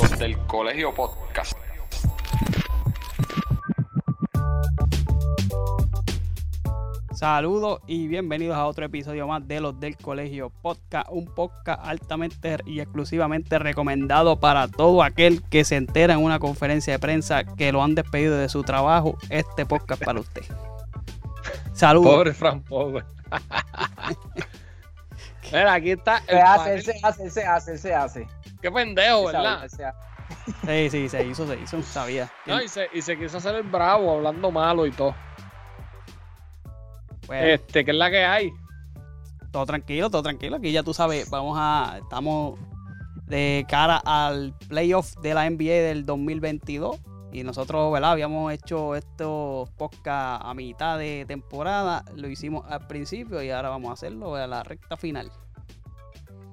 Los del Colegio Podcast. Saludos y bienvenidos a otro episodio más de los del Colegio Podcast, un podcast altamente y exclusivamente recomendado para todo aquel que se entera en una conferencia de prensa que lo han despedido de su trabajo. Este podcast para usted. Saludos. Pobre Fran Power. Mira, aquí está el Se hace, panel. se hace, se hace, se hace. Qué pendejo, Esa ¿verdad? vuelta se hace. Sí, sí, se hizo, se hizo, sabía. No, y, se, y se quiso hacer el bravo hablando malo y todo. Bueno, Este, que es la que hay. todo tranquilo, todo tranquilo. Aquí ya tú sabes, vamos a, estamos de cara al playoff de la NBA del 2022. Y nosotros, ¿verdad? Habíamos hecho estos podcast a mitad de temporada. Lo hicimos al principio y ahora vamos a hacerlo a la recta final.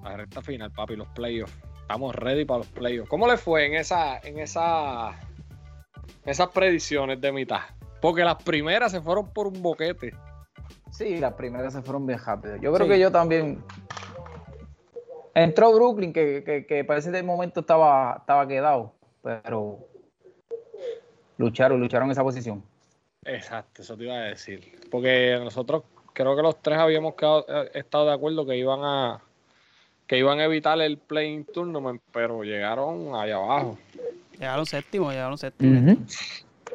La recta final, papi, los playoffs. Estamos ready para los playoffs. ¿Cómo le fue en esa, en esa, esas predicciones de mitad? Porque las primeras se fueron por un boquete. Sí, las primeras se fueron bien rápido. Yo creo Sí. que yo también. Entró Brooklyn, que, que, que para ese momento estaba, estaba quedado, pero lucharon, lucharon esa posición. Exacto, eso te iba a decir. Porque nosotros creo que los tres habíamos quedado- eh, estado de acuerdo que iban a que iban a evitar el playing tournament, pero llegaron allá abajo. Llegaron séptimo, llegaron séptimo.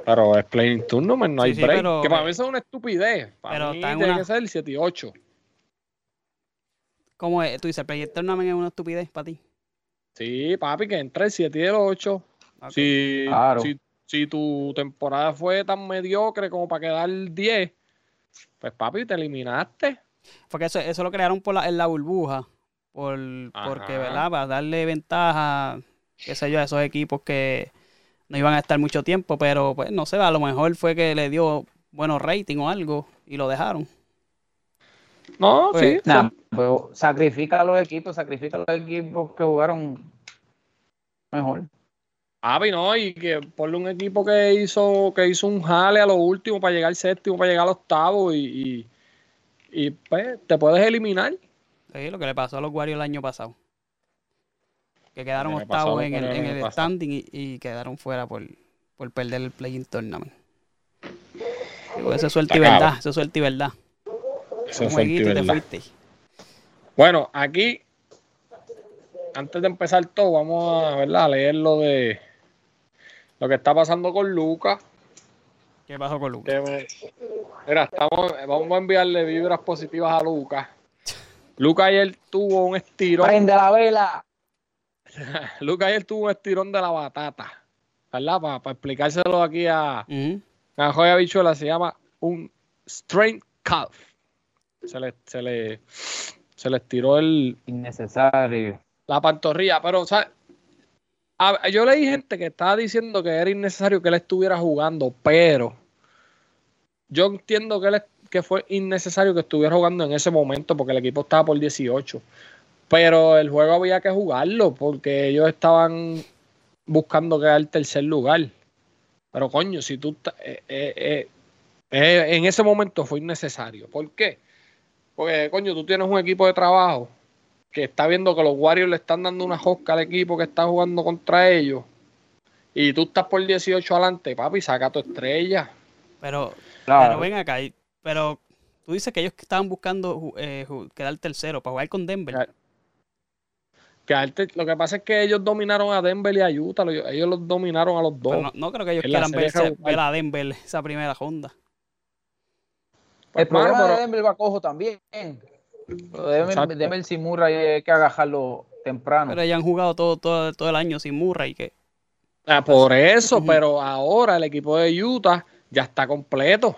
Pero es playing tournament, no Sí, hay sí, break. pero- que para mí eso es una estupidez. Para pero mí está en tiene una- que ser el 7 y 8. ¿Cómo es? Tú dices, el Player Tournament es una estupidez para ti. Sí, papi, que entre el 7 y el 8. Ok. Si, Claro. si, si tu temporada fue tan mediocre como para quedar 10, pues papi, te eliminaste. Porque eso, eso lo crearon por la, en la burbuja. Por, porque, Ajá. ¿verdad? Para darle ventaja, qué sé yo, a esos equipos que no iban a estar mucho tiempo, pero pues no sé, a lo mejor fue que le dio buenos rating o algo y lo dejaron. No, Pues, sí. Nah, pero sacrifica a los equipos, sacrifica a los equipos que jugaron mejor. Papi, no, y que ponle un equipo que hizo, que hizo un jale a lo último para llegar al séptimo, para llegar al octavo y, y, y, pues, te puedes eliminar. Sí, lo que le pasó a los Warriors el año pasado. Que quedaron Le pasó a octavos los en el, Warriors en el el año pasado. standing y, y quedaron fuera por, por perder el play-in tournament. Digo, eso es suerte y Está cabrón. verdad, eso es suerte y verdad. Un jueguito y te fuiste. Bueno, aquí, antes de empezar todo, vamos a, ¿verdad? a leer lo de lo que está pasando con Lucas. ¿Qué pasó con Lucas? que me- Mira, estamos, vamos a enviarle vibras positivas a Lucas. Lucas ayer tuvo un estirón. Prende la vela. Lucas ayer tuvo un estirón de la batata. ¿Verdad? Para explicárselo aquí a, Ujú. La joya bichuela se llama un strain calf. Se le, se le, se le estiró el, Innecesario. la pantorrilla, pero o sea, a- yo leí gente que estaba diciendo que era innecesario que él estuviera jugando, pero yo entiendo que, él, es- que fue innecesario que estuviera jugando en ese momento porque el equipo estaba por 18. Pero el juego había que jugarlo porque ellos estaban buscando quedar tercer lugar. Pero coño, si tú ta- eh, eh, eh, eh, en ese momento fue innecesario. ¿Por qué? Porque coño, tú tienes un equipo de trabajo que está viendo que los Warriors le están dando una josca al equipo que está jugando contra ellos. Y tú estás por 18 adelante, papi, saca tu estrella. Pero Pero Claro. ven acá, y- pero tú dices que ellos que estaban buscando ju- eh, ju- quedar tercero para jugar con Denver. Claro. Que antes- lo que pasa es que ellos dominaron a Denver y a Utah, lo- ellos los dominaron a los dos. Pero no, no creo que ellos En la quieran serie verse- ver, regular. a Denver esa primera ronda. El Mano, Pues problema Pues, pero- de Denver va cojo también. Lo de Exacto. Denver, Denver sin Murray hay que agajarlo temprano. Pero ellos han jugado todo, todo, todo el año sin Murray. Que, Ah, por eso, Ujú. pero ahora el equipo de Utah ya está completo.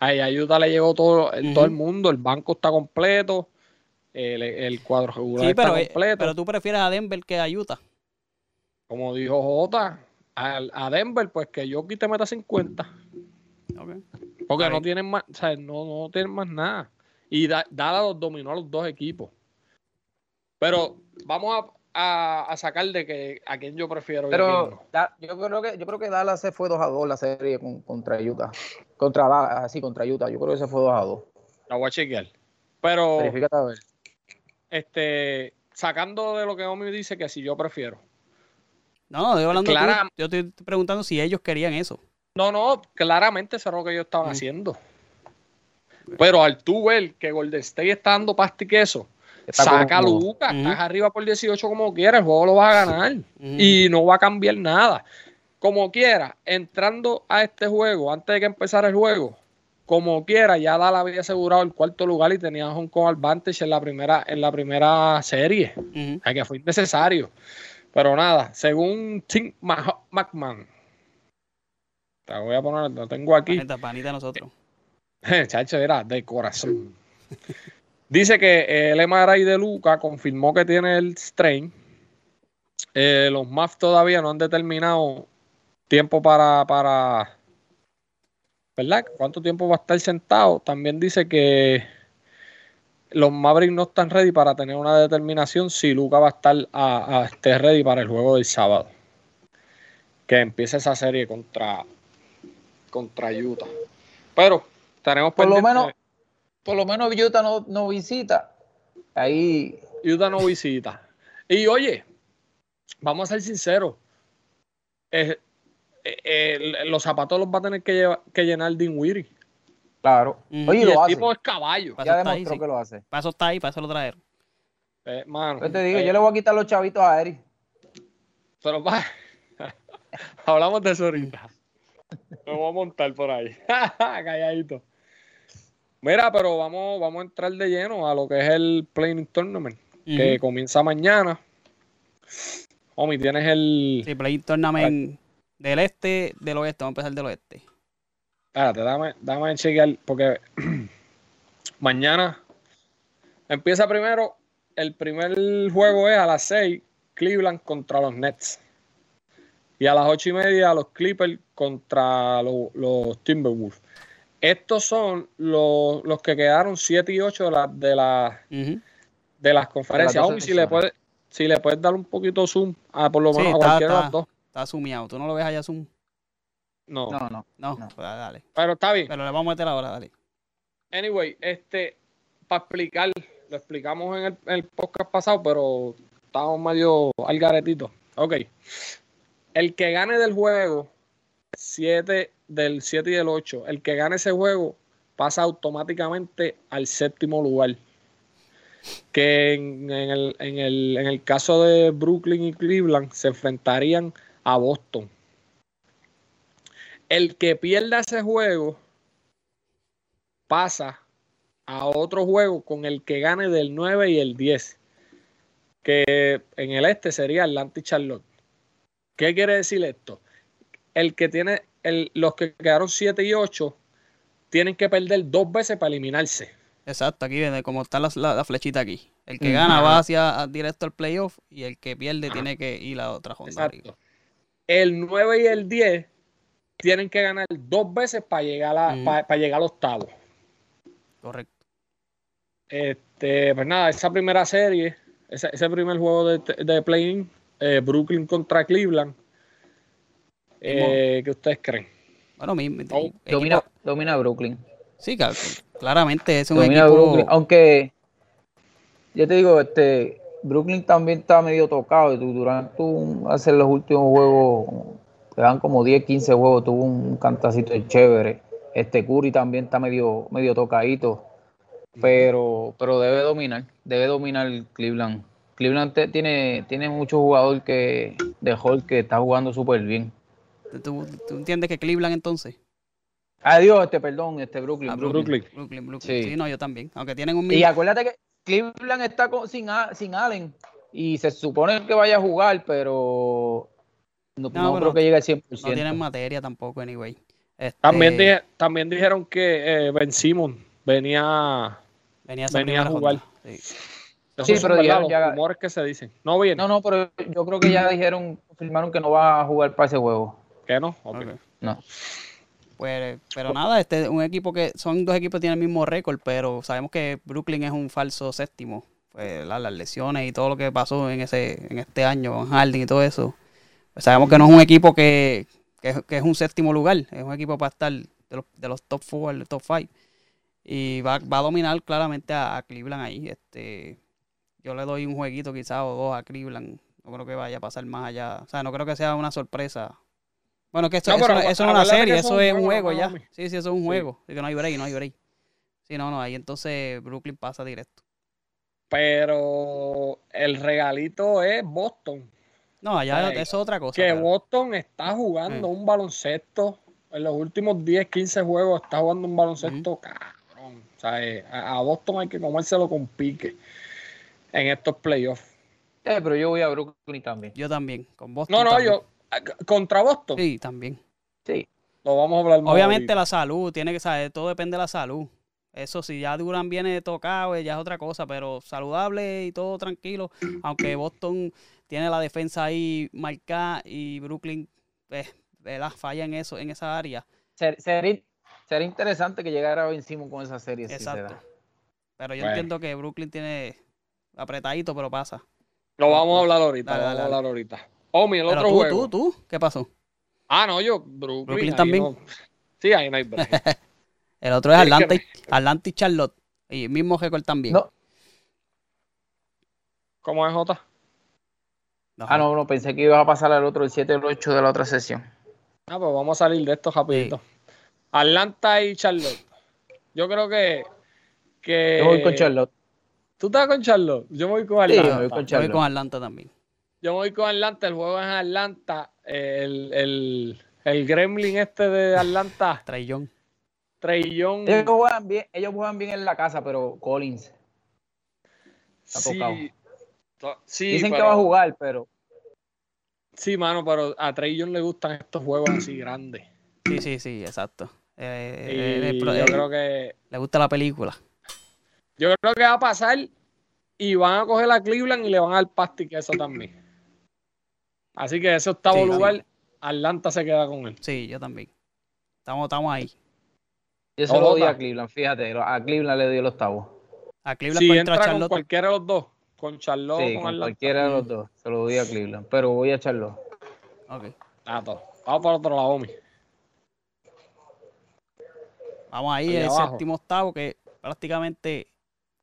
Ahí a Utah le llegó todo, todo el Ujú. mundo, el banco está completo, el, el cuadro regular sí, pero, está eh, completo. pero tú prefieres a Denver que a Utah. Como dijo Jota, al- a Denver, pues que Jokic te meta 50. Ok. Porque Está no bien. tienen más, o sea, no, no tienen más nada. Y Da- Dallas los dominó a los dos equipos. Pero vamos a, a, a sacar de que a quién yo prefiero. y a quién Pero no. da- yo creo que yo creo que Dallas se fue 2 a 2 la serie con- contra Utah. Contra Dallas, sí, contra Utah. Yo creo que se fue 2 a 2. la voy a chequear. Pero Verifícate a ver. este, sacando de lo que Omi dice que si yo prefiero. No, no, estoy hablando tú. Clara- Yo estoy preguntando si ellos querían eso. No, no, claramente eso era lo que ellos estaban Mm. haciendo. Pero al tú ver que Golden State está dando pasta y queso, Está saca a cómodo. Luca, Ujú. estás arriba por 18 como quieras, el juego lo vas a ganar Ujú. y no va a cambiar nada. Como quiera, entrando a este juego, antes de que empezara el juego, como quiera, ya Dallas había asegurado el cuarto lugar y tenía a Hong Kong advantage en la primera, en la primera serie. Ujú. O sea, que fue innecesario. Pero nada, según Tim Mah- McMahon, te voy a poner, lo tengo aquí. Panita, panita de nosotros. Chacho, era de corazón. Dice que el MRI de Luca confirmó que tiene el strain. Eh, los MAF todavía no han determinado tiempo para, para. ¿Verdad? ¿Cuánto tiempo va a estar sentado? También dice que los Mavericks no están ready para tener una determinación si Luca va a estar a, a- esté ready para el juego del sábado. Que empieza esa serie contra, contra Utah. Pero tenemos Por lo pendiente- menos, por lo menos Utah no, no visita. Ahí Utah no visita. Y oye, vamos a ser sinceros. eh, eh, eh, los zapatos los va a tener que, llevar- que llenar Dean Weary. Claro. Mm. Oye, Y, el lo hace. tipo es caballo. Para Ya eso está ahí, demostró sí. que lo hace. Para eso está ahí, para eso lo trajeron. Eh, mano, Yo te digo, eh, yo le voy a quitar los chavitos a Eric. se los va- Hablamos de eso ahorita. Lo voy a montar por ahí. Calladito. Mira, pero vamos, vamos a entrar de lleno a lo que es el Playing Tournament, que Ujú. comienza mañana. Homie, tienes el. Sí, Play Tournament del este, del oeste. Vamos a empezar del oeste. Espérate, dame, dame chequear, porque mañana empieza primero. El primer juego es a las 6, Cleveland contra los Nets. Y a las ocho y media, los Clippers contra lo- los Timberwolves. Estos son los, los que quedaron 7 y 8 de, la- de, la- Ujú. de las conferencias. De las doce Aún si le, sesiones. puedes, si le puedes dar un poquito zoom, a, por lo Sí, menos a está- cualquiera de las está. dos. Está sumiado. Tú no lo ves allá zoom. No, No, no. No, No. pues dale. pero está bien. Pero le vamos a meter ahora, dale. Anyway, este, para explicar, lo explicamos en el, en el podcast pasado, pero estábamos medio al garetito. Ok. El que gane del juego, 7 del 7 y del 8, el que gane ese juego pasa automáticamente al séptimo lugar. Que en, en el, en el- en el caso de Brooklyn y Cleveland se enfrentarían a Boston. El que pierda ese juego pasa a otro juego con el que gane del 9 y el 10. Que en el este sería Atlanta y Charlotte. ¿Qué quiere decir esto? El que tiene, el- los que quedaron 7 y 8 tienen que perder dos veces para eliminarse. Exacto, aquí viene como está la, la- la flechita aquí. El que Ujú. gana va hacia a- directo al playoff y el que pierde Ajá. tiene que ir a otra ronda. arriba. Exacto. El 9 y el 10 tienen que ganar dos veces para llegar, a, Ujú. para, llegar al octavo. Correcto. Este, pues nada, esa primera serie, esa- ese, primer juego de, de play-in, eh, Brooklyn contra Cleveland. Eh, ¿Qué ustedes creen? Bueno, mi, mi- Oh, equipo- Domina, domina Brooklyn. sí, claro, claramente es un Domina equipo. Brooklyn. Aunque yo te digo, este Brooklyn también está medio tocado. Y du- Durant tuvo un- hace los últimos juegos, le dan como 10, 15 juegos, tuvo un cantacito chévere. Este Curry también está medio, medio tocadito. Pero, pero debe dominar, debe dominar Cleveland. Cleveland te- tiene, tiene muchos jugadores que de Hall que está jugando súper bien. ¿tú, tú entiendes que Cleveland entonces? Adiós, este, perdón, este Brooklyn. Ah, Brooklyn. Brooklyn. Brooklyn, Brooklyn. Sí. Sí. no, yo también. Aunque tienen un Y mil. acuérdate que Cleveland está con- sin, A- sin Allen y se supone que vaya a jugar, pero no, No, no pero creo que llegue al No 100%. tienen materia tampoco, anyway. Este, Eh. También, dije- también dijeron que eh, Ben Simon venía. venía esa venía a primera jugar. ronda, sí. Esos Sí, son, pero ¿verdad? dijeron los ya- rumores que se dicen. No viene. no, no, pero yo creo que ya dijeron, confirmaron que no va a jugar para ese juego. ¿Qué no? Ok. Ok. No. Pues, pero nada, este un equipo que son dos equipos que tienen el mismo récord, pero sabemos que Brooklyn es un falso séptimo, pues, ¿verdad? las lesiones y todo lo que pasó en ese en este año con Harden y todo eso. Pues sabemos que no es un equipo que, que, es- que es un séptimo lugar, es un equipo para estar de los, de los top four, de los top five. Y va, va a dominar claramente a, a Cleveland ahí. Este, yo le doy un jueguito quizás o dos a Cleveland. No creo que vaya a pasar más allá. O sea, no creo que sea una sorpresa. Bueno, que esto, No, eso, pero no- eso no es una acuérdate que serie, eso eso es un juego, juego ya. Miami. Sí, sí, eso es un juego. Así que no hay break, no hay break. Sí, no, no, ahí entonces Brooklyn pasa directo. Pero el regalito es Boston. No, allá Ay, eso es otra cosa. que claro. Boston está jugando Mm. un baloncesto. En los últimos 10, 15 juegos está jugando un baloncesto cabrón. O sea, eh, a, a Boston hay que comérselo con pique en estos playoffs. Eh, pero yo voy a Brooklyn también. Yo también, con Boston. No, no, también. yo. Contra Boston. Sí, también. Sí. Lo vamos a hablar más Obviamente ahorita. la salud, tiene que saber, todo depende de la salud. Eso, si ya Duran viene tocado, eh, ya es otra cosa, pero saludable y todo tranquilo. Aunque Boston tiene la defensa ahí marcada y Brooklyn, eh, ¿verdad? falla en eso, en esa área. Ser- Sería, sería interesante que llegara Ben Simmons con esa serie. si se da. Exacto. Pero yo Bueno. entiendo que Brooklyn tiene apretadito, pero pasa. Lo vamos a hablar ahorita. Dale, lo dale, vamos dale. a hablar ahorita. Omi, el Pero otro tú, tú, juego. tú, ¿qué pasó? Ah, no, yo. Brooklyn, Brooklyn ahí también. no- Sí, ahí no hay break. El otro es Sí, es que Atlanta, y, Atlanta y Charlotte. Y el mismo récord también. No. ¿Cómo es, Jota? Ah, no, no, pensé que ibas a pasar al otro, el 7 o el 8 de la otra sesión. Ah, pues vamos a salir de esto rapidito. Atlanta y Charlotte. Yo creo que, que. Yo voy con Charlotte. ¿Tú estás con Charlotte? Yo me voy con Sí, Atlanta. me voy Yo con voy Charlotte. con Atlanta también. Atlanta. El juego es en Atlanta. El, el, el gremlin este de Atlanta, Trae Young. Treillón. Ellos juegan, bien, ellos juegan bien en la casa, pero Collins. tocado. Sí, to- sí, Dicen que pero- va a jugar, pero Sí, mano, pero a Treillón le gustan estos juegos así grandes. Sí, sí, sí, exacto. Eh, Y él es pro- yo él- creo que Le gusta la película. Yo creo que va a pasar y van a coger a Cleveland y le van al pasty que eso también. Así que ese octavo Sí, lugar, Atlanta se queda con él. Sí, yo también. Estamos, estamos ahí. yo se No, lo doy Jota. a Cleveland, fíjate, lo- a Cleveland le doy el octavo. A Cleveland Si contra entra con Charlotte. cualquiera de los dos, con Charlotte Sí, o con con Atlanta. cualquiera de los dos, se lo doy a Cleveland, pero voy a Charlotte. Ok. Ah, todo. Vamos para otro lado, Omi. Vamos ahí, Allá el abajo. séptimo octavo, que prácticamente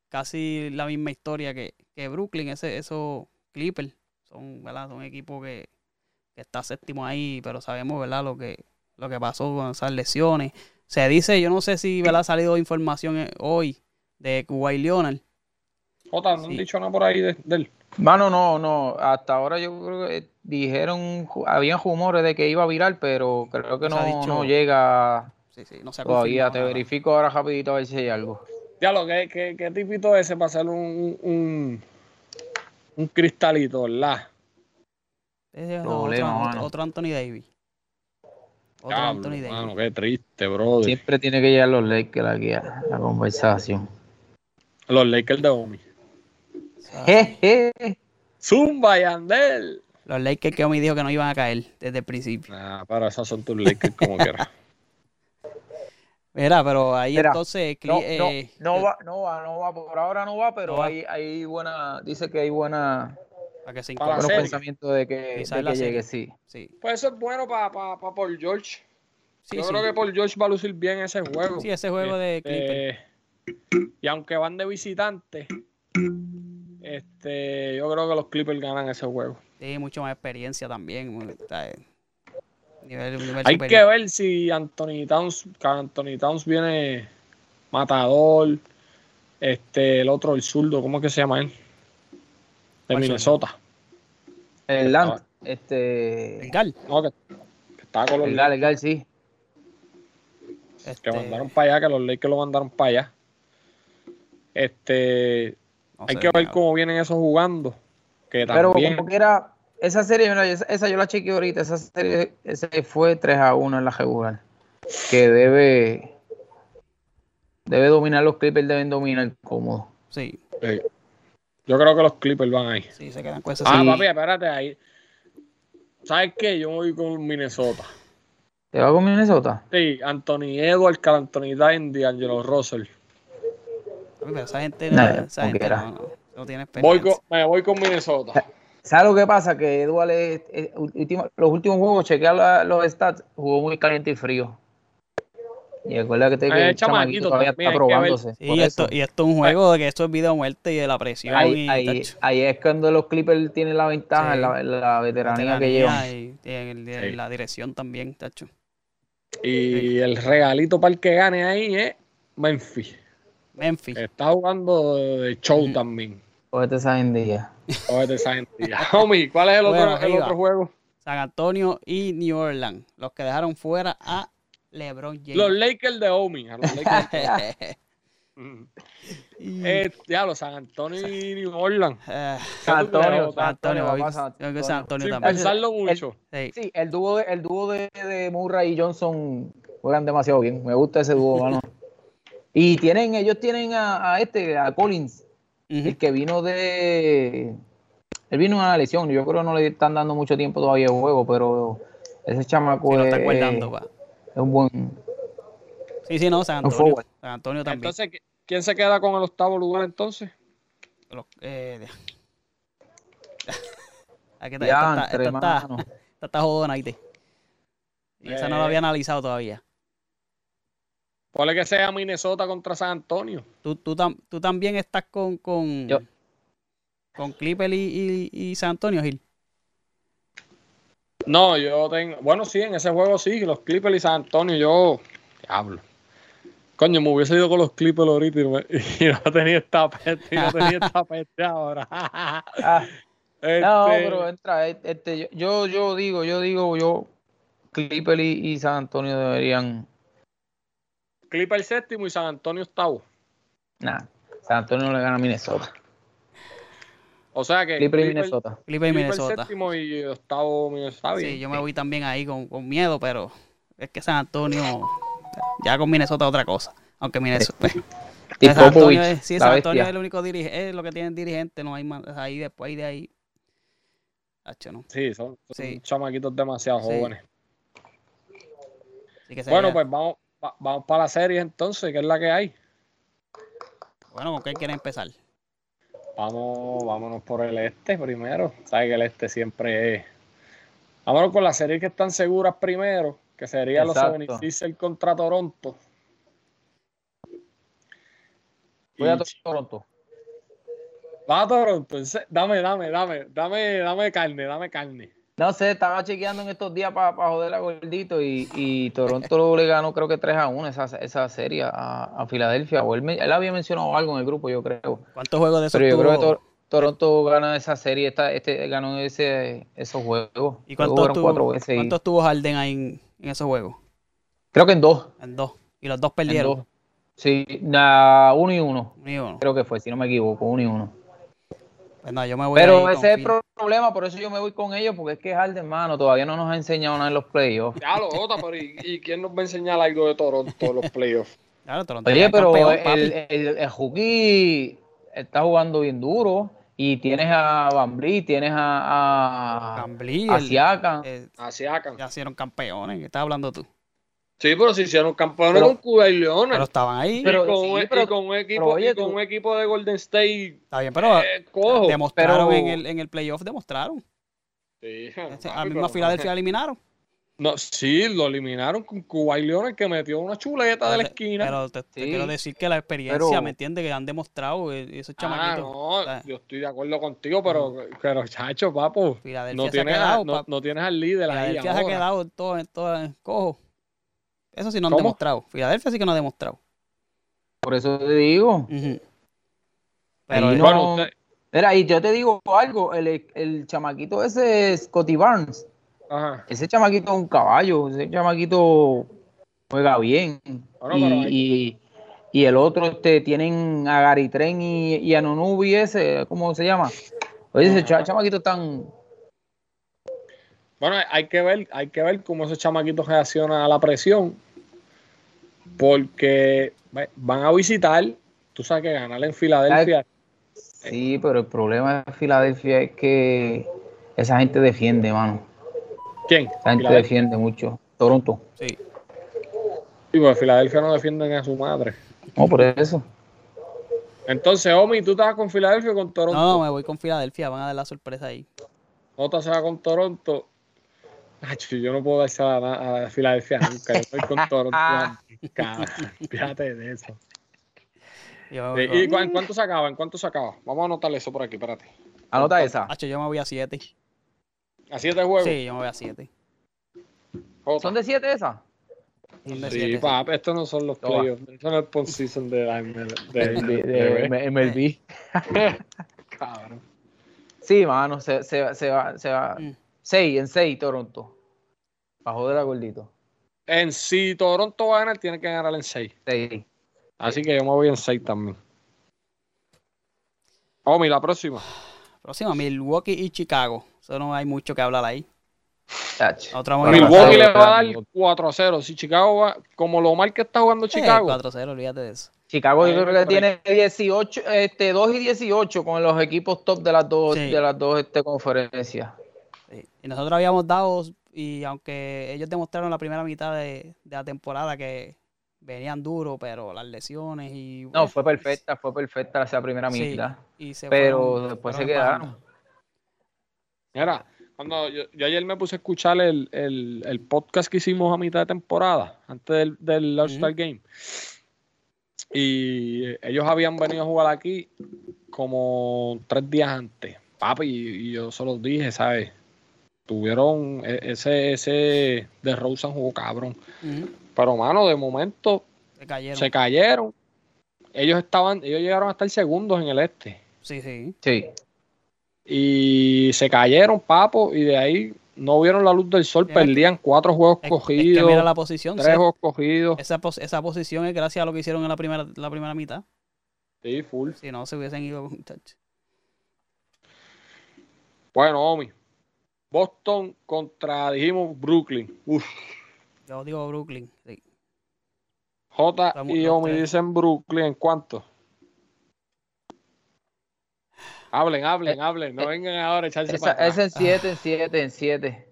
casi la misma historia que, que Brooklyn. Ese, esos Clippers son, ¿verdad? Son equipos que, que está séptimo ahí, pero sabemos, ¿verdad? Lo que, lo que pasó con esas lesiones. Se dice, yo no sé si, ¿verdad? Ha salido información eh, hoy de Kuwait Leonard. Jota, no han Sí. dicho nada por ahí de, de él. Mano, no, no, hasta ahora yo creo que dijeron, ju- habían rumores de que iba a virar, pero creo que No se no, ha dicho no llega Sí, sí, no se ha todavía. confirmado Te nada. verifico ahora rapidito a ver si hay algo. Diablo, ¿qué, qué, qué tipito ese para hacer un, un, un cristalito, ¿verdad? Ese es Problema, otro, otro, mano. otro Anthony Davis. Otro Diablo, Anthony Davis. mano, qué triste, brother. Siempre tiene que llegar los Lakers aquí a la conversación. Los Lakers de Omi. Eh. O Ah. sea, Jeje. Zumba y Andel. Los Lakers que me dijo que no iban a caer desde el principio. Ah, para esas son tus Lakers como quieras. Mira, pero ahí Mira, entonces. No, Cli- no, eh, no eh, va, no va, no va, por ahora no va, pero No va. hay, hay buena, dice que hay buena, Para que se Para incorpore. buenos serie. pensamientos de que, de Quizás la que serie. llegue, sí. Sí, Pues eso es bueno para pa, pa Paul George. sí, Yo sí. creo que Paul George va a lucir bien ese juego. Sí, ese juego de Clippers. Este, y aunque van de visitante, este, yo creo que los Clippers ganan ese juego. Tiene mucho más experiencia también. muy- está, eh, nivel, nivel Hay superior. que ver si Anthony Towns, que Anthony Towns viene matador. Este, el otro, el zurdo, ¿cómo es que se llama él? De ¿Cuál Minnesota. El Lant, El este, Gal, No, que, que estaba con los el Lakers, Gal, el Gal, sí. que este, mandaron para allá, que los Lakers lo mandaron para allá. Este, no Hay sé, que ver diablo. cómo vienen esos jugando. Que Pero también, como que era, esa serie, mira, esa, esa yo la chequeé ahorita, esa serie ese fue 3 a 1 en la regular, que debe, debe dominar los Clippers, deben dominar cómodo. Sí, eh, yo creo que los Clippers van ahí. sí, se quedan con ese. Ah, Sí. papi, espérate ahí. ¿Sabes qué? Yo me voy con Minnesota. ¿Te va con Minnesota? Sí, Anthony Edwards, Carl Anthony Dine, D'Angelo Russell. Pero esa gente, Nah, esa como gente quiera. no, no. No tiene Voy experiencia. con- me voy con Minnesota. ¿Sabes lo que pasa? Que Eduardo, es- es- última- los últimos juegos, chequea la- los stats, jugó muy caliente y frío. Y recuerda que, te, Eh, que el chamaquito chamaquito todavía también, está hay que ver. probándose. Sí, por y, esto, eso. y esto es un juego de que esto es vida o muerte y de la presión. ahí, y ahí- tacho, ahí es cuando los Clippers tienen la ventaja Sí. en la, en la veteranía que veteranía eh. llevan. y- y en- en Sí. la dirección también, tacho. Y el regalito para el que gane ahí es Memphis. Memphis. Está jugando de show Mm. también. Cógete esa gendilla. Cógete esa gente. Homie, ¿cuál es el otro, Bueno, el arriba. otro juego? San Antonio y New Orleans. Los que dejaron fuera a LeBron James. Eh, Los Lakers de Homie. a los Lakers. Mm. Y- Eh, ya, los San Antonio y New Orleans. eh, Ya San tú le Antonio, votas. San Antonio, Antonio, papi. papá, San Creo que San Antonio Sin también. pensarlo mucho. Sí. Sí, el dúo, de, el dúo de, de Murray y Johnson juegan demasiado bien. Me gusta ese dúo, mano. Y tienen, ellos tienen a, a este, a Collins, Ujú. el que vino de. Él vino de una lesión. Yo creo que no le están dando mucho tiempo todavía de juego, pero ese chamaco Sí, lo está es- acordando, va. es un buen. Sí, sí, no, San Un Antonio. forward. San Antonio también. Entonces, ¿qui- ¿quién se queda con el octavo lugar entonces? Los- eh, de- Aquí está, esta, Ya, está- esta está- hermano. esta está jodona, ¿viste? Y esa no la Eh. había analizado todavía. Puede que sea Minnesota contra San Antonio. Tú, tú, tam- tú también estás con con, Yo. con Clipper y, y- y San Antonio Gil. No, yo tengo. Bueno, sí, en ese juego sí, los Clippers y San Antonio, yo. Diablo. Coño, me hubiese ido con los Clippers ahorita y no, me- y no tenía esta peste, y no tenía esta peste ahora. Ah. Este, No, pero entra, eh, este, yo, yo digo, yo digo, yo, Clipper y, y San Antonio deberían, Clippers séptimo y San Antonio octavo. nah, San Antonio no le gana a Minnesota, O sea que. Clipper y Clippers- Minnesota. Clipper y Clippers Minnesota. séptimo y octavo Minnesota. Sí, yo me voy también ahí con, con miedo, pero es que San Antonio, ya con Minnesota otra cosa. Aunque Minnesota. Y San Antonio Popovich, es, sí, la San Antonio bestia. es el único dirigente, es lo que tienen dirigente, no hay más. Ahí después de ahí. Hacho, no. Sí, son, son Sí. chamaquitos demasiado Sí. jóvenes. Así que Bueno, sería- pues vamos, va- vamos para la serie entonces, que es la que hay. Bueno, ¿con qué quieren empezar? Vamos, vámonos por el este primero. Sabes que el este siempre es. Vámonos con las series que están seguras primero, que serían los Exacto. 76 contra Toronto. Voy a Y- Toronto. Va a Toronto, en se- dame, dame, dame, dame, dame carne, dame carne. No sé, estaba chequeando en estos días para joder a Gordito y, y Toronto le ganó creo que 3 a 1 esa, esa serie a, a Filadelfia. O él, me- él había mencionado algo en el grupo, yo creo. ¿Cuántos juegos de esos Pero yo creo que tuvo? Tor- Toronto gana esa serie, esta, este ganó ese, esos juegos. ¿Y Luego cuántos fueron tuvo, cuatro veces y- cuántos tuvo Harden ahí en, en esos juegos? Creo que en dos. En dos. Y los dos En perdieron. dos. Sí, na, uno y uno. Ni uno. Creo que fue, si no me equivoco, uno y uno. Pues no, yo me voy Pero ahí con ese es el Phil. problema, por eso yo me voy con ellos, porque es que Harden, mano, todavía no nos ha enseñado nada en los playoffs. Ya lo Jota, pero ¿y, y quién nos va a enseñar algo de Toronto en los playoffs? Claro, Toronto ya Oye, es pero campeón, papi. el, eh, el, el Juki está jugando bien duro. Y tienes a Van Vliet, tienes a, a, Cambly, a el- Siakam. eh, Así acá. ya hicieron campeones. ¿Qué estás hablando tú? Sí, pero si hicieron campeones Pero- con Cuba y Leones. Pero estaban ahí. Pero- y con, sí, un- y pero- con un equipo, pero oye, y con tú- un equipo de Golden State Está bien, pero eh, cojo. demostraron pero- en el, en el playoff, demostraron. Sí, Este, A la papi, misma pero- Filadelfia eliminaron. No, sí, lo eliminaron con Cuba y Leones que metió una chuleta de la Pero- esquina. Pero te, te Sí, quiero decir que la experiencia, pero- ¿me entiendes? Que han demostrado eh, esos ah, chamaquitos. no, Ah. yo estoy de acuerdo contigo, pero, pero chacho, papo, Filadelfia no se ha tienes, quedado, a- no, pap- no tienes al líder ahí Filadelfia se ha ahora. quedado en todo, en todo, en cojo. Eso sí no han ¿Cómo? demostrado. Filadelfia sí que no ha demostrado. Por eso te digo. Ujú. Pero Ahí eh, no- Bueno, usted- Mira, y yo te digo algo, el, el chamaquito ese, Scotty Barnes, ajá. Ese chamaquito es un caballo, ese chamaquito juega bien. Bueno, y, pero hay- y- y el otro, este, tienen a Garitren y, y a Nonubi ese, ¿cómo se llama? Oye, ese cha- chamaquito tan... Bueno, hay que ver, hay que ver cómo esos chamaquitos reaccionan a la presión. Porque ve, van a visitar, tú sabes que ganar en Filadelfia. Sí, pero el problema de Filadelfia es que esa gente defiende, mano. ¿Quién? Esa gente Filadelfia. defiende mucho. Toronto. sí. Sí, porque Filadelfia no defienden a su madre. No, por eso. Entonces, Omi, tú te vas con Filadelfia o con Toronto. No, no, me voy con Filadelfia, van a dar la sorpresa ahí. Otra se va con Toronto. Nacho, yo no puedo darse a, la- a Filadelfia nunca. Yo voy con Toronto. nunca. Fíjate de eso. Eh, Yo me voy Eh, ¿Y con- cu- en cuánto se acaba? ¿En cuánto se acaba? Vamos a anotar eso por aquí, espérate. Ah, Anota esa. Hacho, yo me voy a 7. A siete juegos. Sí, yo me voy a 7. Jota. ¿Son de siete esas? Son de Sí, 7. pap, estos no son los No va. playoffs, estos son el postseason de la ML- de- De, de- de de- M- MLB. Cabrón. Sí, mano, se, se, se va. Se va. Mm. Seis, en seis, Toronto. Para joder a gordito. En si Toronto va a ganar, tiene que ganar en 6. Seis. Así que yo me voy en 6 también. Omi, la próxima. Próximo, Milwaukee y Chicago. Eso no hay mucho que hablar ahí. Chacho. Otra Bueno, Milwaukee pasado, le va a dar pero- 4 a 0. Si Chicago va, como lo mal que está jugando Chicago, 4-0, olvídate de eso. Chicago Ahí yo me creo que tiene 18, este, 2 y 18 con los equipos top de las dos, Sí. de las dos este, conferencias. Sí. Y nosotros habíamos dado, y aunque ellos demostraron la primera mitad de, de la temporada que venían duro, pero las lesiones y. pues, No, fue perfecta, fue perfecta esa primera Sí, mitad. y se pero fueron- después fueron se quedaron. empatando. mira, cuando yo, yo ayer me puse a escuchar el, el- el podcast que hicimos a mitad de temporada, antes del, del All-Star Game. Y ellos habían venido a jugar aquí como tres días antes. Papi, y, y yo se los dije, ¿sabes? Tuvieron e- ese, ese de Rosen jugó cabrón. Ujú, Pero, mano, de momento Se cayeron. se cayeron. Ellos estaban, ellos llegaron a estar segundos en el este. Sí, sí. Sí. Y se cayeron, papo, y de ahí no vieron la luz del sol, Es- perdían cuatro Es, juegos es que cogidos, mira la posición. tres se- juegos cogidos. esa, pos- esa posición es gracias a lo que hicieron en la primera, la primera mitad. Sí, full. Si no, se hubiesen ido con touch. Bueno, Omi. Boston contra, dijimos, Brooklyn. Uf, Yo digo Brooklyn. sí. J Estamos y los Omi tres. dicen Brooklyn. ¿En cuánto? Hablen, Eh, hablen, hablen. No vengan ahora a echarse para Esa, atrás. es en 7, en 7, en 7.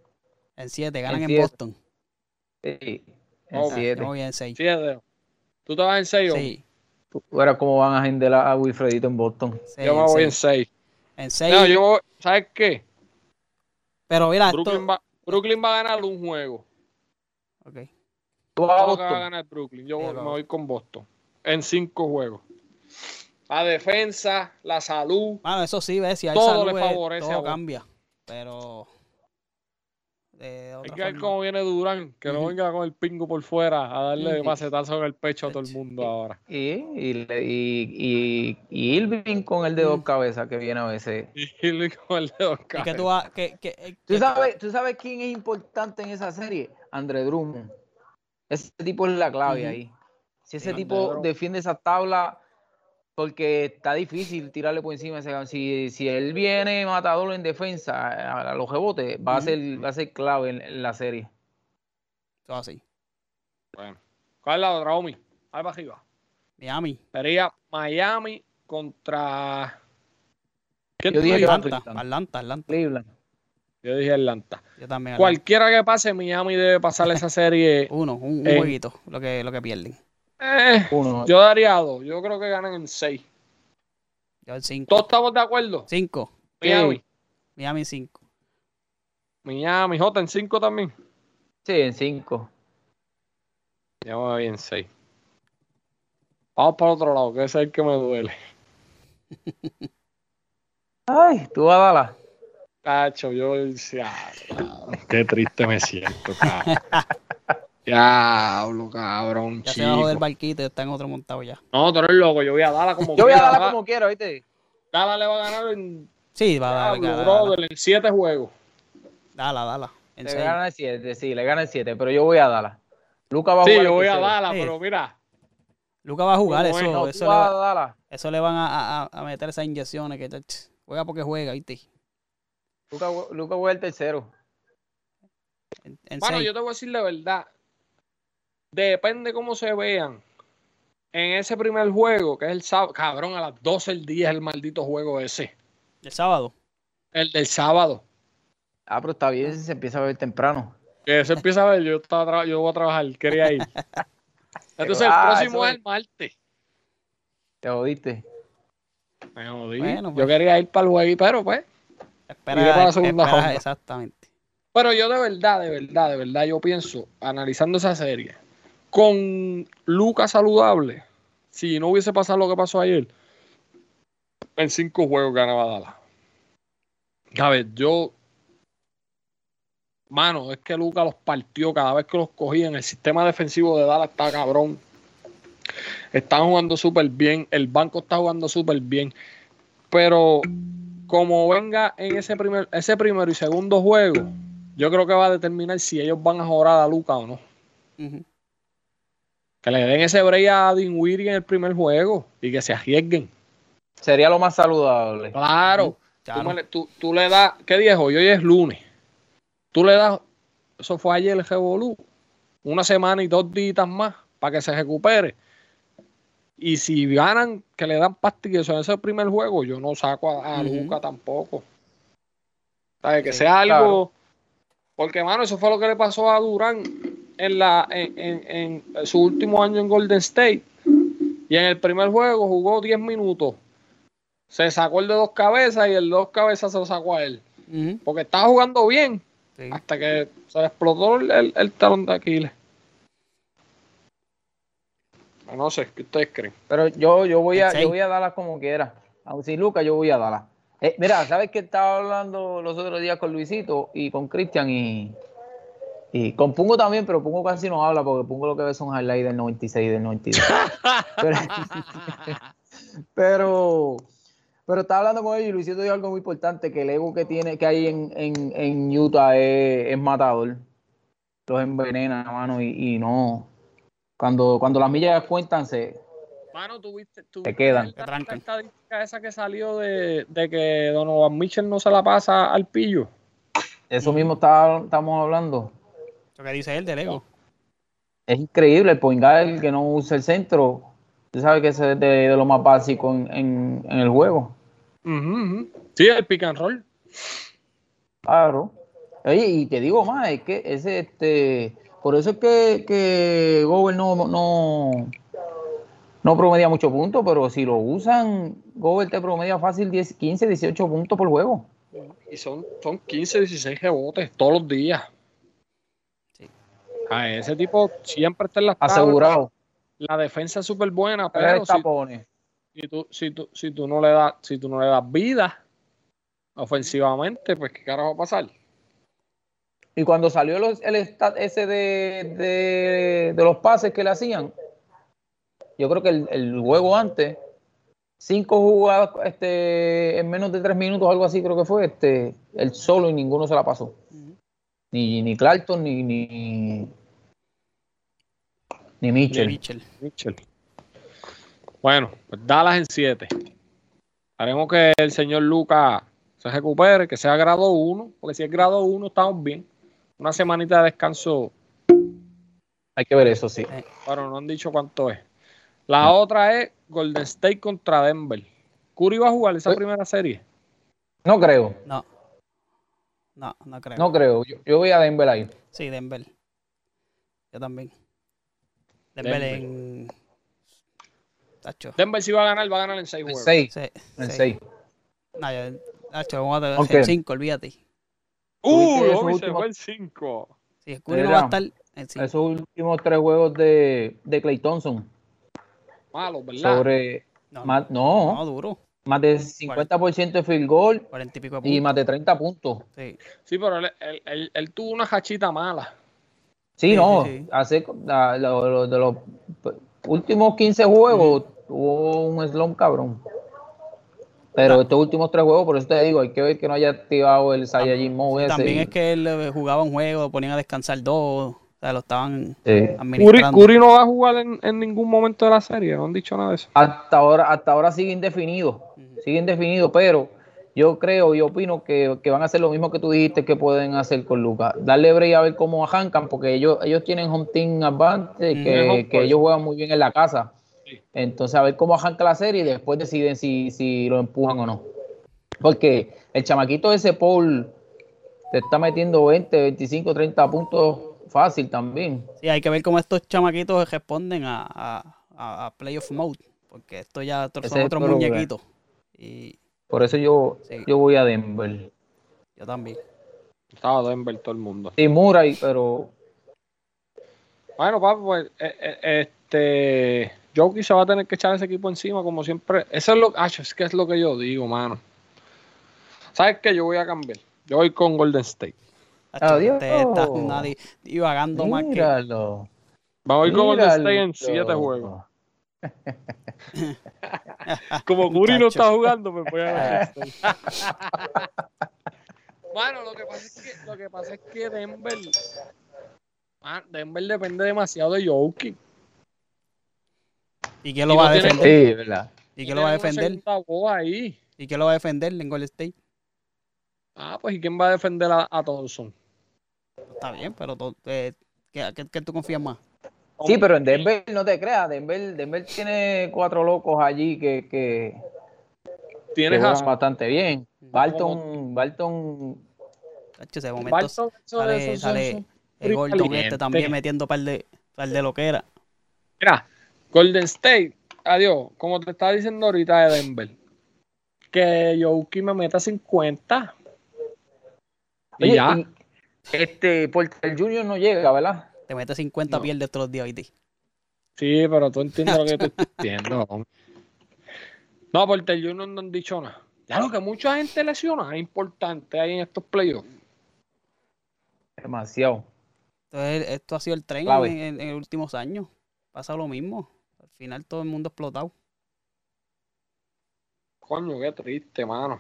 En 7, ganan en siete. Boston. Sí. En Ok. Yo 7. me voy en 6. Siete. ¿Tú te vas en seis, Omi? Sí, Ahora, ¿cómo van a agendar a Wilfredito en Boston? sí, Yo me voy en seis. seis. En No, seis, yo voy- ¿sabes qué? Pero mira, esto. Brooklyn va, Brooklyn va a ganar un juego. Ok. Tú a Todo lo que va a Boston. ganar Brooklyn. Yo Sí, voy- me vamos. voy con Boston. En cinco juegos. La defensa, la salud. Bueno, eso sí, ves, si hay Todo salud, le eh, favorece a todo Boston. cambia. Pero. De Hay otra que ver forma. cómo viene Durán, que no Ujú. venga con el pingo por fuera a darle Ujú. macetazo en el pecho a todo el mundo ahora. Y, y, le- y, y, y Irving con el de dos cabezas que viene a veces. Y le con el dedo Y que cae. tú vas. Que, que, eh, ¿Tú que- sabes, ¿Tú sabes quién es importante en esa serie? Andre Drummond. Ese tipo es la clave Ujú. ahí. Si ese Andre tipo Drummond. defiende esa tabla, porque está difícil tirarle por encima. a ese cabrón. Si, si él viene matador en defensa a, a los rebotes, va, a Ujú. ser, va a ser clave en, en la serie. todo así. Bueno. ¿Cuál es la otra, Omi? Ahí para arriba. Miami. Sería Miami contra. ¿Quién Yo tú dije dijiste? Atlanta, Atlanta, Atlanta. Atlanta, Atlanta. Cleveland. Yo dije Atlanta. Yo también. Atlanta. Cualquiera que pase, Miami debe pasar esa serie. Uno, un, un En- jueguito, lo que, lo que pierden. Eh, Uno. yo daría dos. Yo creo que ganan en seis. Yo el 5. ¿Todos estamos de acuerdo? 5. Miami. Miami 5. Miami, J en cinco también. Sí, en cinco. Ya me voy en seis. Vamos para otro lado, que ese es el que me duele. Ay, tú a Dallas. Cacho, yo decía, qué triste me siento, cabrón. Diablo, cabrón, Ya se bajó del chico. barquito y está en otro montado ya. No, tú eres loco, yo voy a Dala como Yo voy a quiera, Dallas Dala- como quiera, ¿viste? Dala le va a ganar en, Sí, va a dar. diablo, Dala, dala, brother, en siete juegos. dala, dala. En Le seis. gana el 7, sí, le gana el 7, pero yo voy a Dallas. Luca va a Sí, jugar yo el voy a tercero. Dala, Sí. pero mira, Luca va a jugar, Como eso, es, No, tú eso, le vas a va, Dallas. eso le van a, a- a meter esas inyecciones que ch, juega porque juega, ¿viste? Luca, Luca juega el tercero. En, en Bueno, seis. yo te voy a decir la verdad. Depende cómo se vean. En ese primer juego, que es el sábado, cabrón, a las 12 del día es el maldito juego ese. El sábado. El del sábado. Ah, pero está bien si se empieza a ver temprano. Que se empieza a ver, yo, estaba tra- yo voy a trabajar, quería ir. Entonces el ah, próximo eso es es. el martes. Te jodiste. Me jodí. Bueno, pues. Yo quería ir para el jueguito, pero pues. Espera, Iré para la segunda espera, ronda. Exactamente. Pero yo de verdad, de verdad, de verdad, yo pienso, analizando esa serie, con Lucas saludable, si no hubiese pasado lo que pasó ayer, en cinco juegos ganaba Dallas. A ver, yo. Mano, es que Lucas los partió cada vez que los cogían. El sistema defensivo de Dallas está cabrón. Están jugando súper bien. El banco está jugando súper bien. Pero como venga en ese primer, ese primero y segundo juego, yo creo que va a determinar si ellos van a jorar a Luca o no. Ujú. Que le den ese break a Dinwiddie en el primer juego y que se arriesguen. Sería lo más saludable. Claro, Claro. Tú, me le- tú- tú le das, ¿qué día es hoy? Hoy es lunes. Tú le das, eso fue ayer el Revolú, una semana y dos días más para que se recupere. Y si ganan, que le dan pastillas en ese primer juego, yo no saco a, a Ujú. Luka tampoco. ¿Sabes? Que Sí, sea algo. claro. Porque, mano, eso fue lo que le pasó a Durán en, la, en, en- en su último año en Golden State. Y en el primer juego jugó 10 minutos. Se sacó el de dos cabezas y el de dos cabezas se lo sacó a él. Ujú, Porque estaba jugando bien sí. hasta que se le explotó el, el- el talón de Aquiles. No sé, ¿qué ustedes creen? Pero yo, yo voy a, Sí. yo voy a darlas como quiera. Aun si Lucas, yo voy a darlas. Eh, mira, sabes que estaba hablando los otros días con Luisito y con Cristian y, y con Pungo también, pero Pungo casi no habla porque Pungo lo que ve son highlights del 96 y del 92. pero, pero, pero estaba hablando con ellos y Luisito dijo algo muy importante, que el ego que tiene que hay en, en, en Utah es, es matador. Los envenena, mano, y, y no. Cuando, cuando las millas cuentan, se, Mano, tuviste. Te quedan. Te trancan. estadística esa que salió de, de que Donovan Mitchell no se la pasa al pillo. Eso mismo está- estamos hablando. Lo que dice él del ego. Es increíble el point guard que no usa el centro. Tú sabes que ese es de, de lo más básico en, en- en el juego. Ujú, ujú. Sí, el pick and roll. Claro. Oye, y te digo más, es que ese, este, por eso es que, que Gobert no, no, no promedia muchos puntos, pero si lo usan, Gobert te promedia fácil 10, 15, 18 puntos por juego. Y son, son 15, 16 rebotes todos los días. Sí. A ese tipo siempre está en las tablas. Asegurado. La defensa es súper buena, pero Tres si, tapones. si tú, si, tú, si, tú no le das, si tú no le das vida ofensivamente, pues qué carajo va a pasar. Y cuando salió los- el stat ese de, de- de los pases que le hacían, yo creo que el, el juego antes, cinco jugadas este, en menos de tres minutos, algo así creo que fue, este, el solo y ninguno se la pasó. Ujú. Ni, ni Clarkson, ni, ni, ni Mitchell. Mitchell. Mitchell. Bueno, pues Dallas en 7. Haremos que el señor Lucas se recupere, que sea grado 1, porque si es grado 1 estamos bien. Una semanita de descanso, Hay que ver eso, sí. pero no han dicho cuánto es. La otra es Golden State contra Denver. Curry va a jugar esa Uy. primera serie. No creo, No. No, no creo. no creo. Yo, yo voy a Denver ahí. Sí, Denver. Yo también. Denver, Denver. en. Tacho. Denver si va a ganar, va a ganar en 6 En juegos. seis. Sí, sí. En seis. No, yo, Tacho, vamos a Aunque- tener 5, olvídate. ¡Uh! Tuviste esos Bobby se últimos- fue en 5. Si el Curry no va Mira. a estar en 5. Esos últimos tres juegos de, de Clay Thompson Malo, ¿verdad? sobre... No, no, más- no, no, duro. más de 50% de field goal 40 y pico de y puntos. más de 30 puntos. Sí. Sí, pero él, él- él- él tuvo una jachita mala. Sí, Sí, no, sí, sí. hace la- lo- lo- de los últimos 15 juegos tuvo un slump cabrón. Pero Ta- estos últimos tres juegos, por eso te digo, hay que ver que no haya activado el Saiyajin Move ese. También y- es que él eh, jugaba un juego, lo ponían a descansar dos. O sea, lo estaban Sí. Curry, administrando. Curry no va a jugar en, en ningún momento de la serie, no han dicho nada de eso. Hasta ahora, hasta ahora sigue indefinido, sigue indefinido, pero yo creo y opino que, que van a hacer lo mismo que tú dijiste que pueden hacer con Lucas. Darle break a ver cómo arrancan, porque ellos, ellos tienen home team advantage, Ujú. que, Home que court. ellos juegan muy bien en la casa. Sí. Entonces, a ver cómo arranca la serie y después deciden si, si lo empujan o no. Porque el chamaquito ese Paul te está metiendo 20, 25, 30 puntos fácil también. Sí, hay que ver cómo estos chamaquitos responden a, a, a- a Playoff Mode. Porque esto ya estos Ese son es el otros problema. muñequitos. Y Por eso yo, Sí. yo voy a Denver. yo también. Estaba Denver todo el mundo. Y Murray, pero Bueno, papi, pues, eh, eh, este. Jokic se va a tener que echar ese equipo encima, como siempre. Eso es lo, acho, es que es lo que yo digo, mano. ¿Sabes qué? Yo voy a cambiar. Yo voy con Golden State. Tacho, Adiós. Te estás una di- este divagando más que. míralo. Vamos a ir con Golden míralo. State en siete juegos. Ah, Como Curry no Muchachos. está jugando, me voy a Golden State. Bueno, lo que pasa es que, lo que, pasa es que Denver. Ah, Denver depende demasiado de Jokic. ¿Y quién lo Y va no a tiene- defender? Sí, ¿verdad? ¿Y quién lo va a defender? ahí. ¿Y quién lo va a defender en Golden State? Ah, pues ¿y quién va a defender a, a Thompson? Está bien, pero to- eh, ¿qué, qué- qué tú confías más? Sí, pero en Denver, no te creas, Denver, Denver tiene cuatro locos allí que, que, que Tienes juegan razón. bastante bien. Mm. Barton, Barton, Tacho, ese momento Barton, eso- sale, eso- eso- sale eso- el Gordon este caliente. también metiendo par de, par de loquera. Mira, Golden State, adiós, como te estaba diciendo ahorita de Denver, que Jokic me meta 50. Y Oye, ya. y, este, Porter Junior no llega, ¿verdad? Te mete 50 No. pierdes todos los días, ¿viste? Sí, pero tú entiendes lo que te estoy diciendo. hombre. No, porque yo no, no han dicho nada. Ya lo que mucha gente lesiona es importante ahí en estos playoffs. Demasiado. Entonces, esto ha sido el tren Clave. en, en- en los últimos años. Pasa lo mismo. Al final todo el mundo explotado. Coño, qué triste, mano.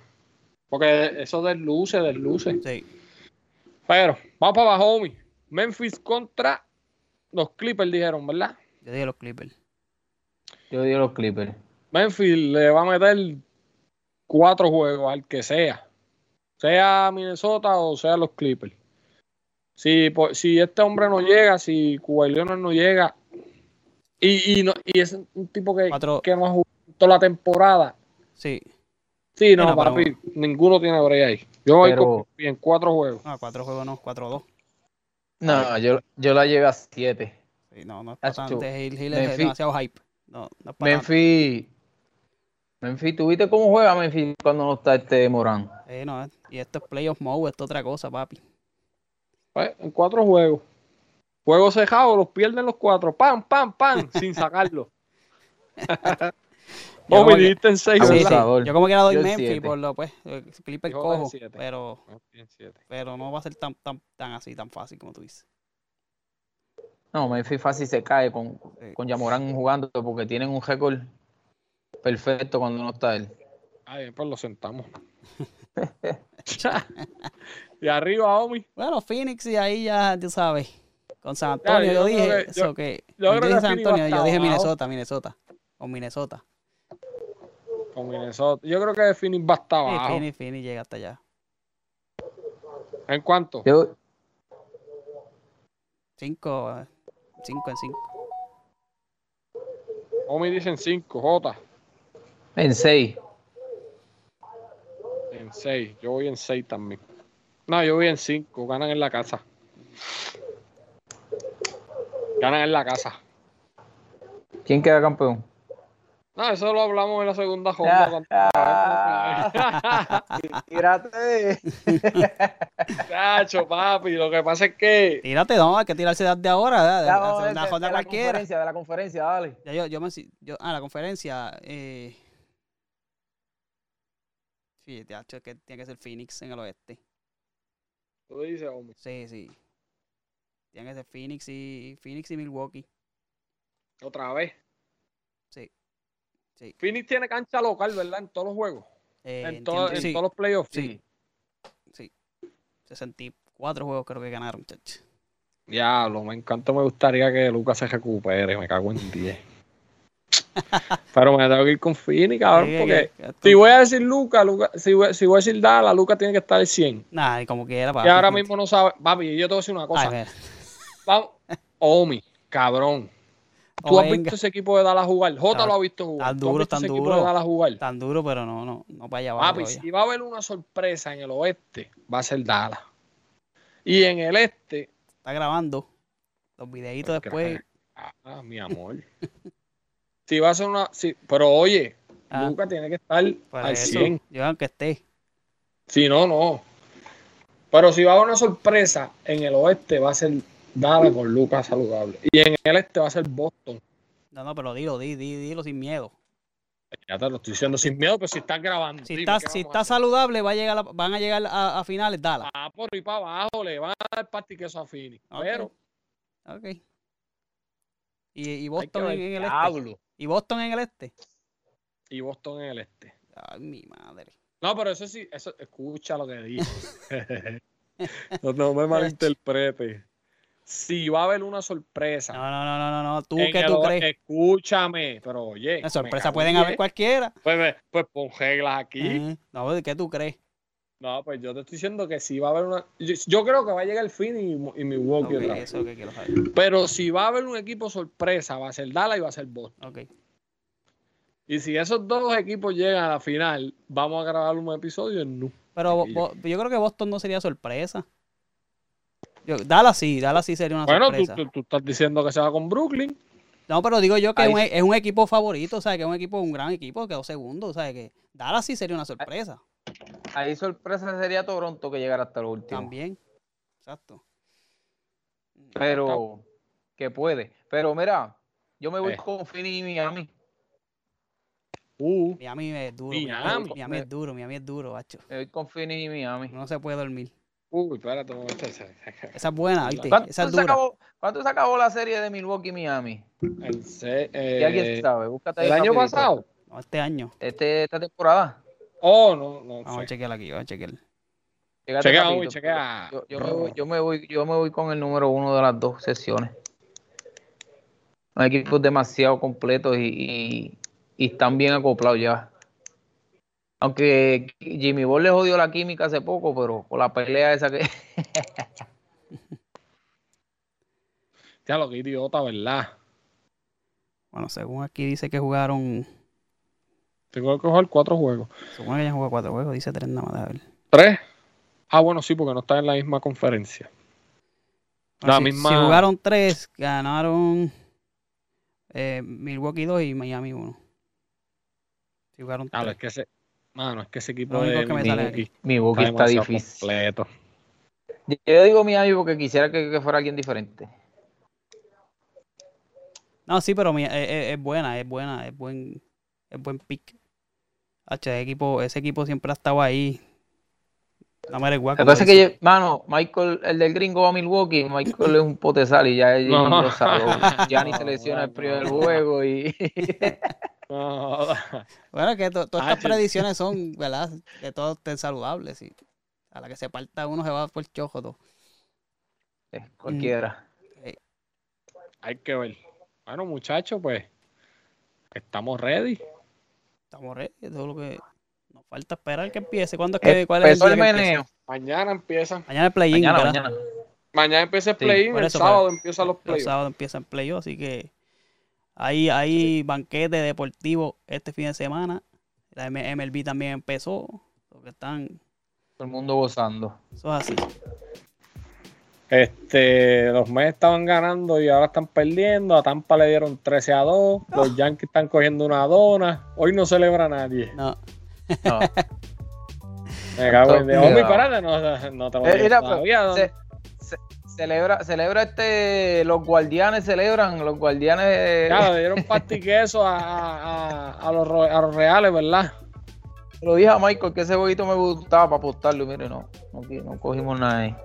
Porque eso desluce, desluce. Sí. Pero, vamos para abajo, homie. Memphis contra los Clippers, dijeron, ¿verdad? Yo dije los Clippers. Yo digo los Clippers. Memphis le va a meter cuatro juegos al que sea. Sea Minnesota o sea los Clippers. Si, po- si este hombre no llega, si Kawhi Leonard no llega, y, y, no- y es un tipo que, Cuatro. que no ha jugado toda la temporada. Sí. Sí, no, Bueno, pero- papi, ninguno tiene brea ahí. Yo voy Pero- con Memphis en cuatro juegos. No, cuatro juegos no, cuatro dos. No, yo, yo la llevé a siete. Sí, no, no es para Tacho, tanto. Hill, Hill es Memphis- demasiado hype. No, no es para tanto. Memphis, Memphis, ¿tú viste cómo juega Memphis cuando no está este Morán? Sí, no, es- y esto es playoff mode, esto es otra cosa, papi. Pues, en cuatro juegos. Juegos cejados, los pierden los cuatro. Pam, pam, pam, sin sacarlo. Yo Vos como me que- dijiste en seis, Ah, Sí, ¿verdad? sí. Abusador. Yo como que la doy Yo el Memphis, siete. por lo pues, el Clipper Yo el cojo, siete. pero, pero no va a ser tan, tan, tan así, tan fácil como tú dices. No, Memphis fácil se cae con, Sí. con Yamorán jugando porque tienen un récord perfecto cuando no está él. Ah, bien, pues lo sentamos. y arriba, Omi. Bueno, Phoenix y ahí ya, tú sabes. Con San Antonio, yo yo, creo dije que- yo- eso que. cuando yo creo dije que San Phoenix va Antonio, yo hasta dije abajo. Minnesota, Minnesota. Con Minnesota. Con Minnesota. Yo creo que Phoenix va hasta Sí, abajo. Phoenix, Phoenix llega hasta allá. ¿En cuánto? Yo, Cinco, eh, cinco en cinco. Omi dice en 5, J. en seis. En 6. Yo voy en 6 también. No, yo voy en 5. Ganan en la casa. Ganan en la casa. ¿Quién queda campeón? No, Ah, eso lo hablamos en la segunda jornada. cuando- Tírate. Chacho, papi, lo que pasa es que Tírate, no, hay que tirarse desde ahora, ¿verdad? De- hacer una jornada cualquiera. conferencia, de la conferencia, dale. Ya yo, yo me si- yo, ah, la conferencia, eh. Sí, ya, es que tiene que ser Phoenix en el oeste. tú dices, Omi. Sí, sí. Tiene que ser Phoenix y Phoenix y Milwaukee. Otra vez. Sí. Sí. Phoenix tiene cancha local, ¿verdad? En todos los juegos. Eh, en, todo- entiendo- en sí, todos los playoffs. Sí. Sí. 64 juegos creo que ganaron, chacho. Diablo, me encanta, me gustaría que Lucas se recupere. Me cago en 10. Pero me tengo que ir con Phoenix, cabrón, Sí, Ah, porque que- que- si voy a decir Lucas, Luka- si, voy, si voy a decir Dala, Lucas tiene que estar al 100. Nah, y como quiera, Y ahora mismo no sabe. Papi, yo te voy a decir una cosa. Vamos. Omi, cabrón. Tú has visto ese equipo de Dallas jugar. Jota Tan- lo ha visto jugar. Oh, tan Tú has duro, visto tan ese equipo duro. de Dallas jugar. tan duro, pero no, no, no para allá abajo. Papi, todavía. si va a haber una sorpresa en el oeste, va a ser Dallas. Y en el este, Está grabando los videitos Pues, después. Ah, mi amor. si va a ser una. si- pero oye, Ah. Luca tiene que estar Por al eso, 100. yo aunque esté. Si no, no. Pero si va a haber una sorpresa, en el oeste va a ser Dallas con Lucas saludable. Y en el este va a ser Boston. No, no, pero dilo, di, di, dilo sin miedo. Ya te lo estoy diciendo sin miedo, pero si estás grabando. Si dime está, qué si vamos a está saludable, va a llegar a- van a llegar a, a finales, dala. hacer. Ah, por ahí para abajo le van a dar parte y queso a Fini. Ok. Pero Ok. Y, y hay que Boston en, ver, el este. diablo. Y Boston en el este. Y Boston en el este. Ay, mi madre. No, pero eso sí, eso, escucha lo que dije. no, no me malinterprete. Si va a haber una sorpresa. No, no, no, no, no, no. ¿Tú Ah. en qué el tú o- crees? Escúchame, pero oye. Una me sorpresa cago pueden en haber diez. cualquiera. Pues, ve, pues pon reglas aquí. Ajá. No, ¿qué tú crees? No, pues yo te estoy diciendo que si va a haber una. Yo, yo creo que va a llegar el fin y, y Milwaukee Ok, otra vez. eso es lo que quiero saber. Pero si va a haber un equipo sorpresa, va a ser Dallas y va a ser Boston. Ok. Y si esos dos equipos llegan a la final, vamos a grabar un episodio en Nu. Pero bo- Aquello. bo- yo creo que Boston no sería sorpresa. Yo, Dallas sí, Dallas sí sería una Bueno, tú, sorpresa. tú- tú estás diciendo que se va con Brooklyn. No, pero digo yo que es Ahí un, e, es un equipo favorito, ¿sabes? Que es un equipo, un gran equipo, quedó segundo, ¿sabes? Que Dallas sí sería una sorpresa Ahí sorpresa sería Toronto que llegara hasta el último. también. Exacto. Pero que puede. Pero mira, yo me voy Eh. con Fini y Miami. Uh, Miami es duro. Miami. Miami, Miami es duro, Miami es duro, bacho. Me voy con Fini y Miami. No se puede dormir. uy, espérate este, un momento. se- Esa es buena, ¿viste? ¿Cuánto, Esa es se dura. acabó, cuánto se acabó la serie de Milwaukee y Miami? El, se- ¿Y eh, alguien sabe? Búscate ahí el año rapidito. pasado. No, este año. Este- esta temporada. Oh, no, no. Vamos a sé. chequear aquí, vamos a chequear. Chécate Chequea, rapidito. uy, chequea. Yo, yo me voy, yo, me voy, yo me voy con el número uno de las dos sesiones. Son equipos demasiado completos y, y- y están bien acoplados ya. Aunque Jimmy Ball le jodió la química hace poco, pero con la pelea esa que. Ya lo que idiota, ¿verdad? Bueno, según aquí dice que jugaron. Tengo que jugar cuatro juegos. Supone que ya jugó cuatro juegos, dice tres nada más. a ver. ¿Tres? Ah, bueno, sí, porque no está en la misma conferencia. Bueno, La si, misma- si jugaron tres, ganaron eh, Milwaukee 2 y Miami 1. Si jugaron Claro, tres. Ah, es que ese. Mano, es que ese equipo Lo único de que me sale Milwaukee Mi está boca está demasiado difícil. completo. Yo digo Miami porque quisiera que, que fuera alguien diferente. No, sí, pero mi- eh, eh, es buena, es buena, es buen, es buen pick. H, ese equipo, ese equipo siempre ha estado ahí. La madre guaca. Lo que pasa es que, yo- mano, Michael, el del gringo va a Milwaukee, Michael es un potesal y ya él No. lo sabe. Ya ni No, se lesiona el no, primer no. juego y. No, Bueno, que to- todas Ah, estas sí. predicciones son, ¿verdad? Que todo esté saludable, sí. A la que se parta uno se va por el chojo todo. Eh, Cualquiera. hay que ver. Bueno, muchachos, pues. Estamos ready. Estamos ready, eso es lo que nos falta esperar que empiece. ¿Cuándo es que, cuál es el Eh, Empezó el día que empieza? meneo. Mañana empieza. Mañana el play-in, Mañana, ¿verdad? mañana. Mañana empieza el Sí, play-in. por el eso, sábado pero- empiezan los Los play sábados empiezan playoffs, así que hay, hay banquete deportivo este fin de semana. La M- MLB también empezó. Lo que están, Todo el mundo gozando. eso es así. Este, los Mets estaban ganando y ahora están perdiendo. A Tampa le dieron 13 a 2. Los Yankees están cogiendo una dona. Hoy no celebra nadie. No, No. Me cago en Dios. Oh, mi Mira. parate, no, no te lo Eh, digo mira, todavía, pero don- se- se- celebra, celebra este. Los guardianes celebran. Los guardianes. Claro, le dieron pasti queso a, a, a- a los, ro- a los reales, ¿verdad? eh, Lo dije a Michael que ese boguito me gustaba para apostarlo. Y mire, no. No, qui- no cogimos nada ahí.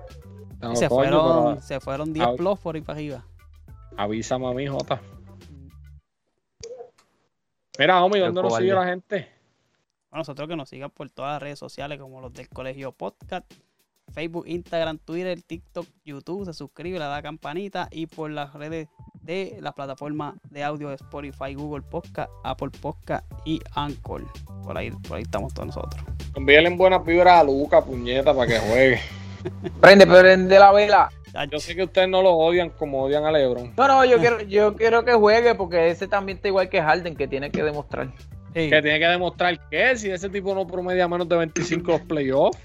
No, y se, coño, fueron, pero se fueron 10 Ah. plus por ahí para arriba. Avísame a mí, Jota. Mira, homie, ¿dónde El nos sigue cobarde. la gente? A nosotros que nos sigan por todas las redes sociales como los del Colegio Podcast, Facebook, Instagram, Twitter, TikTok, YouTube, se suscribe, le da campanita y por las redes de las plataformas de audio de Spotify, Google Podcast, Apple Podcast y Anchor. Por ahí, por ahí estamos todos nosotros. Envíale en buenas vibras a Luca, puñeta, para que juegue. Prende, prende la vela. Yo sé que ustedes no lo odian como odian a Lebron. No, no, yo quiero, yo quiero que juegue porque ese también está igual que Harden, que tiene que demostrar. Sí. Que tiene que demostrar que si ese tipo no promedia menos de 25 los playoffs.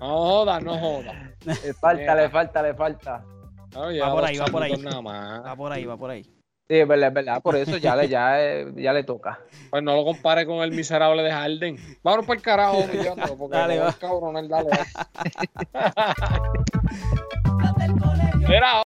No joda, no joda. Le falta, le falta, le falta. Claro, lleva por dos ahí, va por ahí. saludos nada más. Va por ahí, va por ahí. Sí, es verdad, es verdad. Por eso ya le, ya, eh, ya le toca. Pues no lo compare con el miserable de Harden. Vámonos para el carajo, hombre, Leandro, porque Dale, no, va. cabrón, dale. va. Era